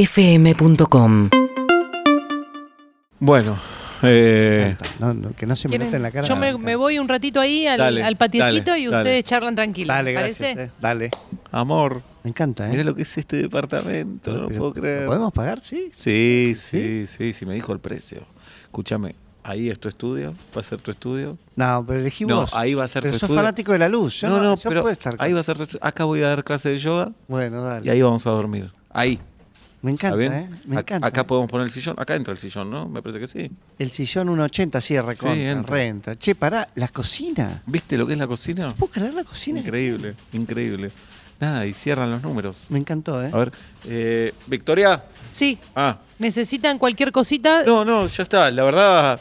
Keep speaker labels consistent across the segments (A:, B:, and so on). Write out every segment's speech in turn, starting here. A: urbanaplayfm.com
B: Bueno, eh,
C: No, no, que no se me
D: ¿Quieren?
C: note en la cara.
D: Yo me, me voy un ratito ahí al,
B: Dale,
D: al patiecito
B: dale,
D: y
B: dale.
D: ustedes charlan tranquilos.
C: Dale,
D: ¿les
C: gracias.
D: parece?
C: eh. Dale.
B: amor,
C: Me encanta, ¿eh?
B: mira lo que es este departamento, no lo
C: Pero,
B: puedo
C: ¿lo
B: creer.
C: podemos pagar? Sí.
B: Sí, sí, sí, sí, me dijo el precio. Escúchame, ahí es tu estudio, va a ser tu estudio.
C: No, pero elegí
B: No,
C: vos.
B: ahí va a ser
C: Pero
B: tu
C: sos
B: estudio.
C: fanático de la luz. Yo no,
B: no,
C: yo
B: pero
C: puedo estar con-
B: ahí va a ser tu estudio. Acá voy a dar clase de yoga
C: Bueno, dale.
B: y ahí vamos a dormir. Ahí,
C: Me
B: ¿está
C: encanta,
B: bien?
C: ¿eh? Me
B: Ac-
C: encanta.
B: Acá podemos poner el sillón, acá entra el sillón, ¿no? Me parece que sí.
C: El sillón 1.80 sí, recontra,
B: entra.
C: reentra. Che, pará, la cocina.
B: ¿Viste lo que es la cocina?
C: ¿Puedo creer la cocina?
B: Increíble, increíble. Nada, y cierran los números.
C: Me encantó, ¿eh?
B: A ver, eh, Victoria.
D: Sí.
B: Ah,
D: ¿Necesitan cualquier cosita?
B: No, no, ya está. La verdad,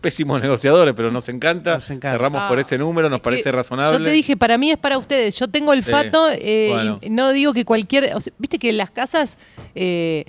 B: pésimos negociadores, pero nos encanta.
C: Nos encanta.
B: Cerramos por
D: Ah.
B: ese número, nos
D: Que
B: parece razonable.
D: Yo te dije, para mí es para ustedes. Yo tengo olfato, eh,
B: Bueno.
D: y no digo que cualquier. o sea, Viste que las casas eh,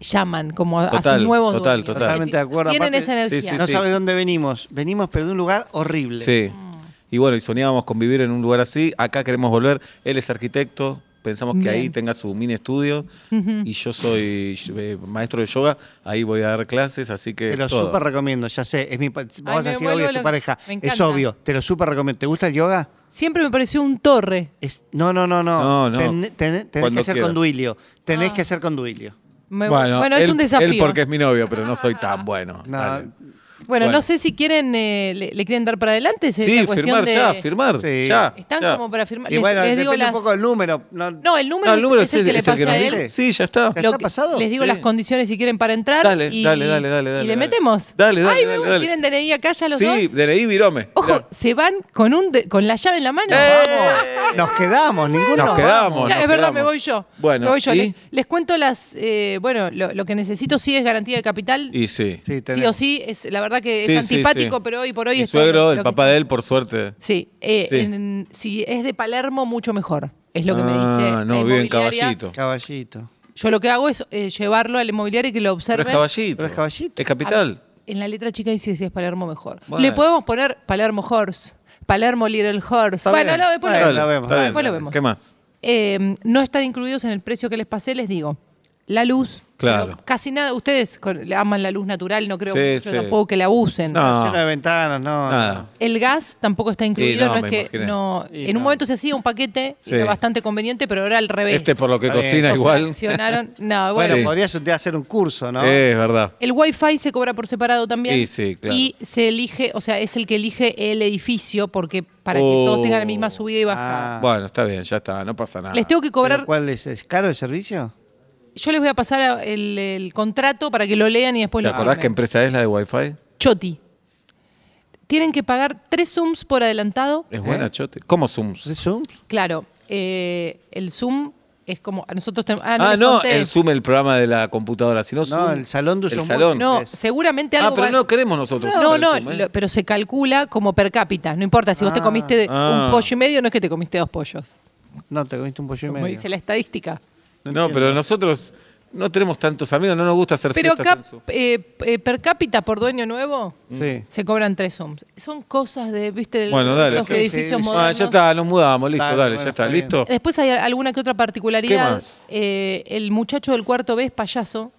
D: llaman como a- a
B: Total,
D: sus nuevos
B: total,
D: dueños.
B: total.
C: Totalmente de acuerdo,
D: Tienen
C: aparte-
D: esa energía.
B: Sí,
C: no
B: sí.
C: sabes dónde venimos. Venimos, pero de un lugar horrible.
B: Sí.
D: Mm.
B: Y bueno, y soñábamos con vivir en un lugar así. Acá queremos volver. Él es arquitecto. Pensamos que ahí
D: Bien.
B: tenga su mini estudio. Y yo soy eh, maestro de yoga. Ahí voy a dar clases, así que.
C: Te lo
B: todo.
C: súper recomiendo, ya sé. Es mi, pa- vos vas a
D: me
C: decir obvio,
D: vuelvo
C: es tu
D: loca.
C: pareja.
D: Me
C: Es
D: encanta.
C: obvio, te lo súper recomiendo. ¿Te gusta el yoga?
D: Siempre me pareció un torre.
C: Es- no, no, no, no.
B: No, no.
C: Ten- ten- tenés
B: Cuando
C: que hacer
B: quieras.
C: con Duilio.
D: Ah.
C: Tenés que hacer con Duilio.
D: Me- bueno, es
B: él-
D: un desafío.
B: Él porque es mi novio, pero no soy tan bueno.
C: No,
B: Dale.
D: Bueno,
B: Bueno.
D: no sé si quieren, eh, le, le quieren dar para adelante. sería
B: Sí,
D: cuestión
B: firmar
D: de-
B: ya, firmar.
C: Sí.
B: Ya.
D: Están
B: ya.
D: como para firmar.
C: Y
D: Les-
C: bueno,
D: les digo
C: depende
D: las-
C: un poco del número. No,
D: No, el número,
B: No,
D: es-
B: el número
D: es, el que le
B: es el que
D: pasa a
B: nos
D: él.
C: dice.
B: dice. Sí, ya está.
C: Ya
D: Lo
C: está
D: que-
C: pasado.
D: Les digo
B: Sí.
D: las condiciones si quieren para entrar.
B: Dale,
D: y,
B: dale, dale, dale, dale,
D: ¿Y le
B: dale.
D: metemos?
B: Dale, dale,
D: Ay,
B: dale,
D: vemos,
B: dale.
D: ¿Quieren DNI acá ya los
B: Sí,
D: dos?
B: DNI Virome.
D: Ojo,
B: Mirá.
D: se van con un de- con la llave en la mano.
C: Vamos, nos quedamos, ninguno.
B: Eh, Nos quedamos.
D: Ya,
B: nos
D: es verdad,
B: quedamos.
D: me voy yo.
B: Bueno,
D: Me voy yo.
B: ¿y?
D: Les, les cuento las. eh, bueno, lo, lo que necesito sí es garantía de capital.
B: Y sí.
C: Sí,
D: sí o
C: tenemos.
D: sí, es, la verdad que
B: Sí, sí,
D: es antipático,
B: sí.
D: pero hoy por hoy
B: Mi
D: es todo
B: suegro,
D: lo-
B: el
D: lo que-
B: papá de él, por suerte.
D: Sí, eh,
B: Sí.
D: en- si es de Palermo, mucho mejor. Es lo que me
B: Ah,
D: dice.
B: no,
D: la
B: vive en
D: inmobiliaria.
B: Caballito.
C: Caballito.
D: Yo lo que hago es eh, llevarlo al inmobiliario y que lo
B: Pero
D: observe.
B: es caballito.
C: Pero es caballito. Ah,
B: Es capital.
D: En la letra chica dice si es Palermo mejor.
B: Bueno.
D: Le podemos poner Palermo Horse, Palermo Little Horse.
B: Está
D: bueno,
B: bien.
D: no, después lo
B: Dale,
C: lo
D: vemos.
C: vemos.
B: está bien.
D: Después lo vemos.
B: ¿Qué más?
D: Eh, no están incluidos en el precio que les pasé, les digo. La luz.
B: Claro.
D: pero Casi nada. Ustedes con- aman la luz natural, no creo
B: Sí,
D: mucho
B: sí.
D: tampoco que la usen.
B: No.
C: Lleno de ventanas, no.
B: Ah. Nada.
D: El gas tampoco está incluido,
B: no,
D: no,
B: me
D: es que
B: imaginé.
D: no.
C: Y
D: en
C: no.
D: un momento se hacía un paquete, y
B: Sí.
D: era bastante conveniente, pero ahora al revés.
B: Este por lo que
C: Está bien.
B: cocina
D: Lo
B: igual.
D: fraccionaron. No,
C: Ah, Bueno,
D: bueno,
B: Sí.
C: podrías usted hacer un curso, ¿no?
B: Es verdad.
D: El Wi-Fi se cobra por separado también.
B: Y sí, claro.
D: Y se elige, o sea, es el que elige el edificio porque para
B: Oh.
D: que todos tengan la misma subida y bajada.
C: Ah.
B: Bueno, está bien, ya está, no pasa nada.
D: Les tengo que
C: ¿Pero
D: cobrar.
C: ¿Cuál es? ¿Es caro el servicio?
D: Yo les voy a pasar a- el, el contrato para que lo lean y después
B: ¿Te
D: lo
B: acordás que
D: firmen.
B: empresa es la de Wi-Fi?
D: Choti. Tienen que pagar tres Zooms por adelantado.
C: ¿Eh?
B: Es buena, Chote. ¿Cómo Zooms?
C: ¿Es Zoom?
D: Claro, eh, el Zoom es como. a Nosotros tenemos. Ah, no,
B: Ah,
D: les
B: no,
D: conté.
B: el Zoom, el programa de la computadora, sino Zoom.
C: el salón de
B: El
C: Zoom. Eh,
B: salón.
D: No,
C: es.
D: seguramente algo.
B: ah, pero
D: va-
B: no queremos nosotros.
D: No,
B: usar
D: no,
B: el Zoom, ¿eh?
D: lo- pero se calcula como per cápita. No importa, si vos te
C: Ah.
D: comiste
B: Ah.
D: un pollo y medio, no es que te comiste dos pollos.
C: No, te comiste un pollo y
D: Como
C: medio.
D: dice la estadística.
B: No, pero nosotros no tenemos tantos amigos, no nos gusta hacer
D: Pero
B: fiestas
D: acá,
B: en Zoom.
D: eh, eh, per cápita por dueño nuevo,
C: Sí.
D: se cobran tres Zooms. Son cosas de, viste, de
B: Bueno, dale.
D: los
B: Sí,
D: edificios
C: sí, sí.
B: Ah,
D: modernos.
B: ya está, nos mudamos, listo,
C: Dale,
B: dale,
C: bueno,
B: ya está,
C: está bien.
B: listo.
D: Después hay alguna que otra particularidad.
B: ¿Qué más?
D: Eh, el muchacho del cuarto B es payaso.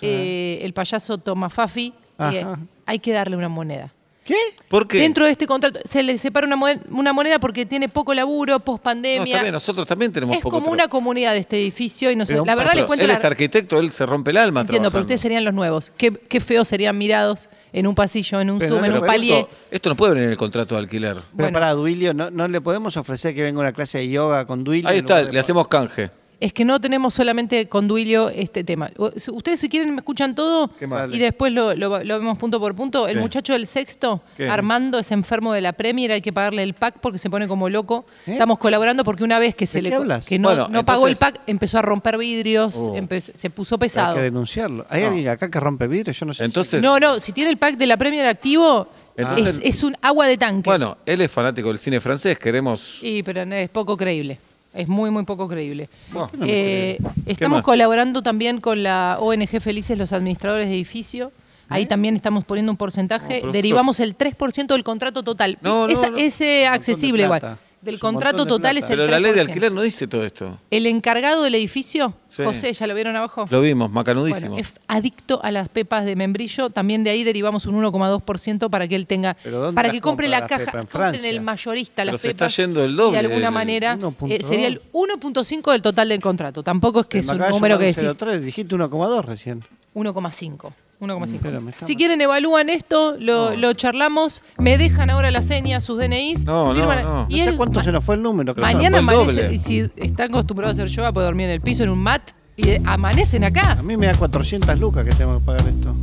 D: Eh, el payaso toma Fafi. Eh,
C: Ajá.
D: hay que darle una moneda.
C: ¿Qué?
B: ¿Por qué?
D: Dentro de este contrato se le separa una, moed- una moneda porque tiene poco laburo, post
B: no,
D: pandemia.
B: está bien, nosotros también tenemos
D: es
B: poco
D: como una comunidad de este edificio y no sé,
C: Pero un
D: la verdad
B: Pero
D: les cuento
B: Él
D: la
B: es arquitecto, él se rompe el alma
D: entiendo, pero
B: trabajando.
D: ustedes serían los nuevos. Qué, qué feos serían mirados en un pasillo, en un
C: Pero
D: zoom,
C: no
D: en
B: Pero
D: un
C: lo
D: palier.
B: esto, esto no puede venir en el contrato de alquiler.
C: Pero
D: Bueno.
C: para Duilio, ¿no, ¿no le podemos ofrecer que venga una clase de yoga con Duilio?
B: Ahí
C: en lugar
B: está,
C: de-
B: le hacemos canje.
D: Es que no tenemos solamente con Duilio este tema. O- si- Ustedes si quieren me escuchan todo
B: Qué mal.
D: y después lo, lo- lo vemos punto por punto. El
B: Sí.
D: muchacho del sexto,
B: ¿Qué?
D: Armando, es enfermo de la Premier, hay que pagarle el pack porque se pone como loco.
C: ¿Eh?
D: Estamos colaborando porque una vez que se
C: ¿De
D: le
C: qué
D: co-
C: hablas?
D: que no,
B: Bueno,
D: no pagó el
B: entonces-
D: pack, empezó a romper vidrios, empezó- se puso
C: Hay
D: pesado.
C: que denunciarlo. ¿Hay alguien acá que rompe vidrio? Yo no sé. si-
B: Entonces,
D: No, no, si tiene el pack de la Premier activo,
B: Entonces-
D: es, es un agua de tanque.
B: bueno, él es fanático del cine francés, queremos...
D: Y, pero no, es poco creíble. Es muy, muy poco creíble.
B: Bueno,
D: Eh, estamos
B: más?
D: colaborando también con la ONG Felices los Administradores de Edificio. Ahí también estamos poniendo un porcentaje.
B: pero
D: Derivamos el 3% del contrato total.
B: No, no,
D: Esa-
B: no.
D: Ese accesible
C: plata.
D: igual. Del
C: Es un montón
D: contrato
C: de
D: total
C: plata.
D: es el
B: Pero la ley de
D: 3%.
B: alquiler no dice todo esto.
D: El encargado del edificio,
B: Sí.
D: José, ¿ya lo vieron abajo?
B: Lo vimos, macanudísimo.
D: Bueno, es adicto a las pepas de membrillo. También de ahí derivamos un 1,2% para que él tenga.
C: ¿Pero dónde
D: Para
C: las
D: que compre
C: compra
D: la
C: las
D: caja.
C: pepas? En
D: compren
C: Francia.
D: el mayorista
B: Pero
D: las
B: se está
D: pepas,
B: yendo el doble
D: Y de alguna
B: del-
D: manera eh,
C: 1,2.
D: sería el 1,5 del total del contrato. Tampoco es que es un número que decís.
C: 03, dijiste 1,2 recién.
D: 1,5. 1,5.
C: pero me está
D: Si
C: mal.
D: quieren, evalúan esto, lo, lo charlamos. Me dejan ahora la seña, sus DNIs.
B: No, no,
D: firman-
B: no.
D: Y
C: No sé
D: él-
C: cuánto se nos fue el número. que
D: Mañana
B: Fue el
D: amanece,
B: doble.
D: y si están acostumbrados a hacer yoga, puede dormir en el piso, en un mat, y eh, amanecen
C: son. A
D: acá.
C: mí me da 400 lucas que tengo que pagar esto.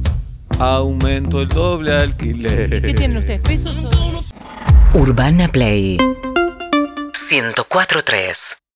B: Aumento el doble alquiler.
D: ¿Qué tienen ustedes? ¿Pesos o.?
A: Urbana Play 104.3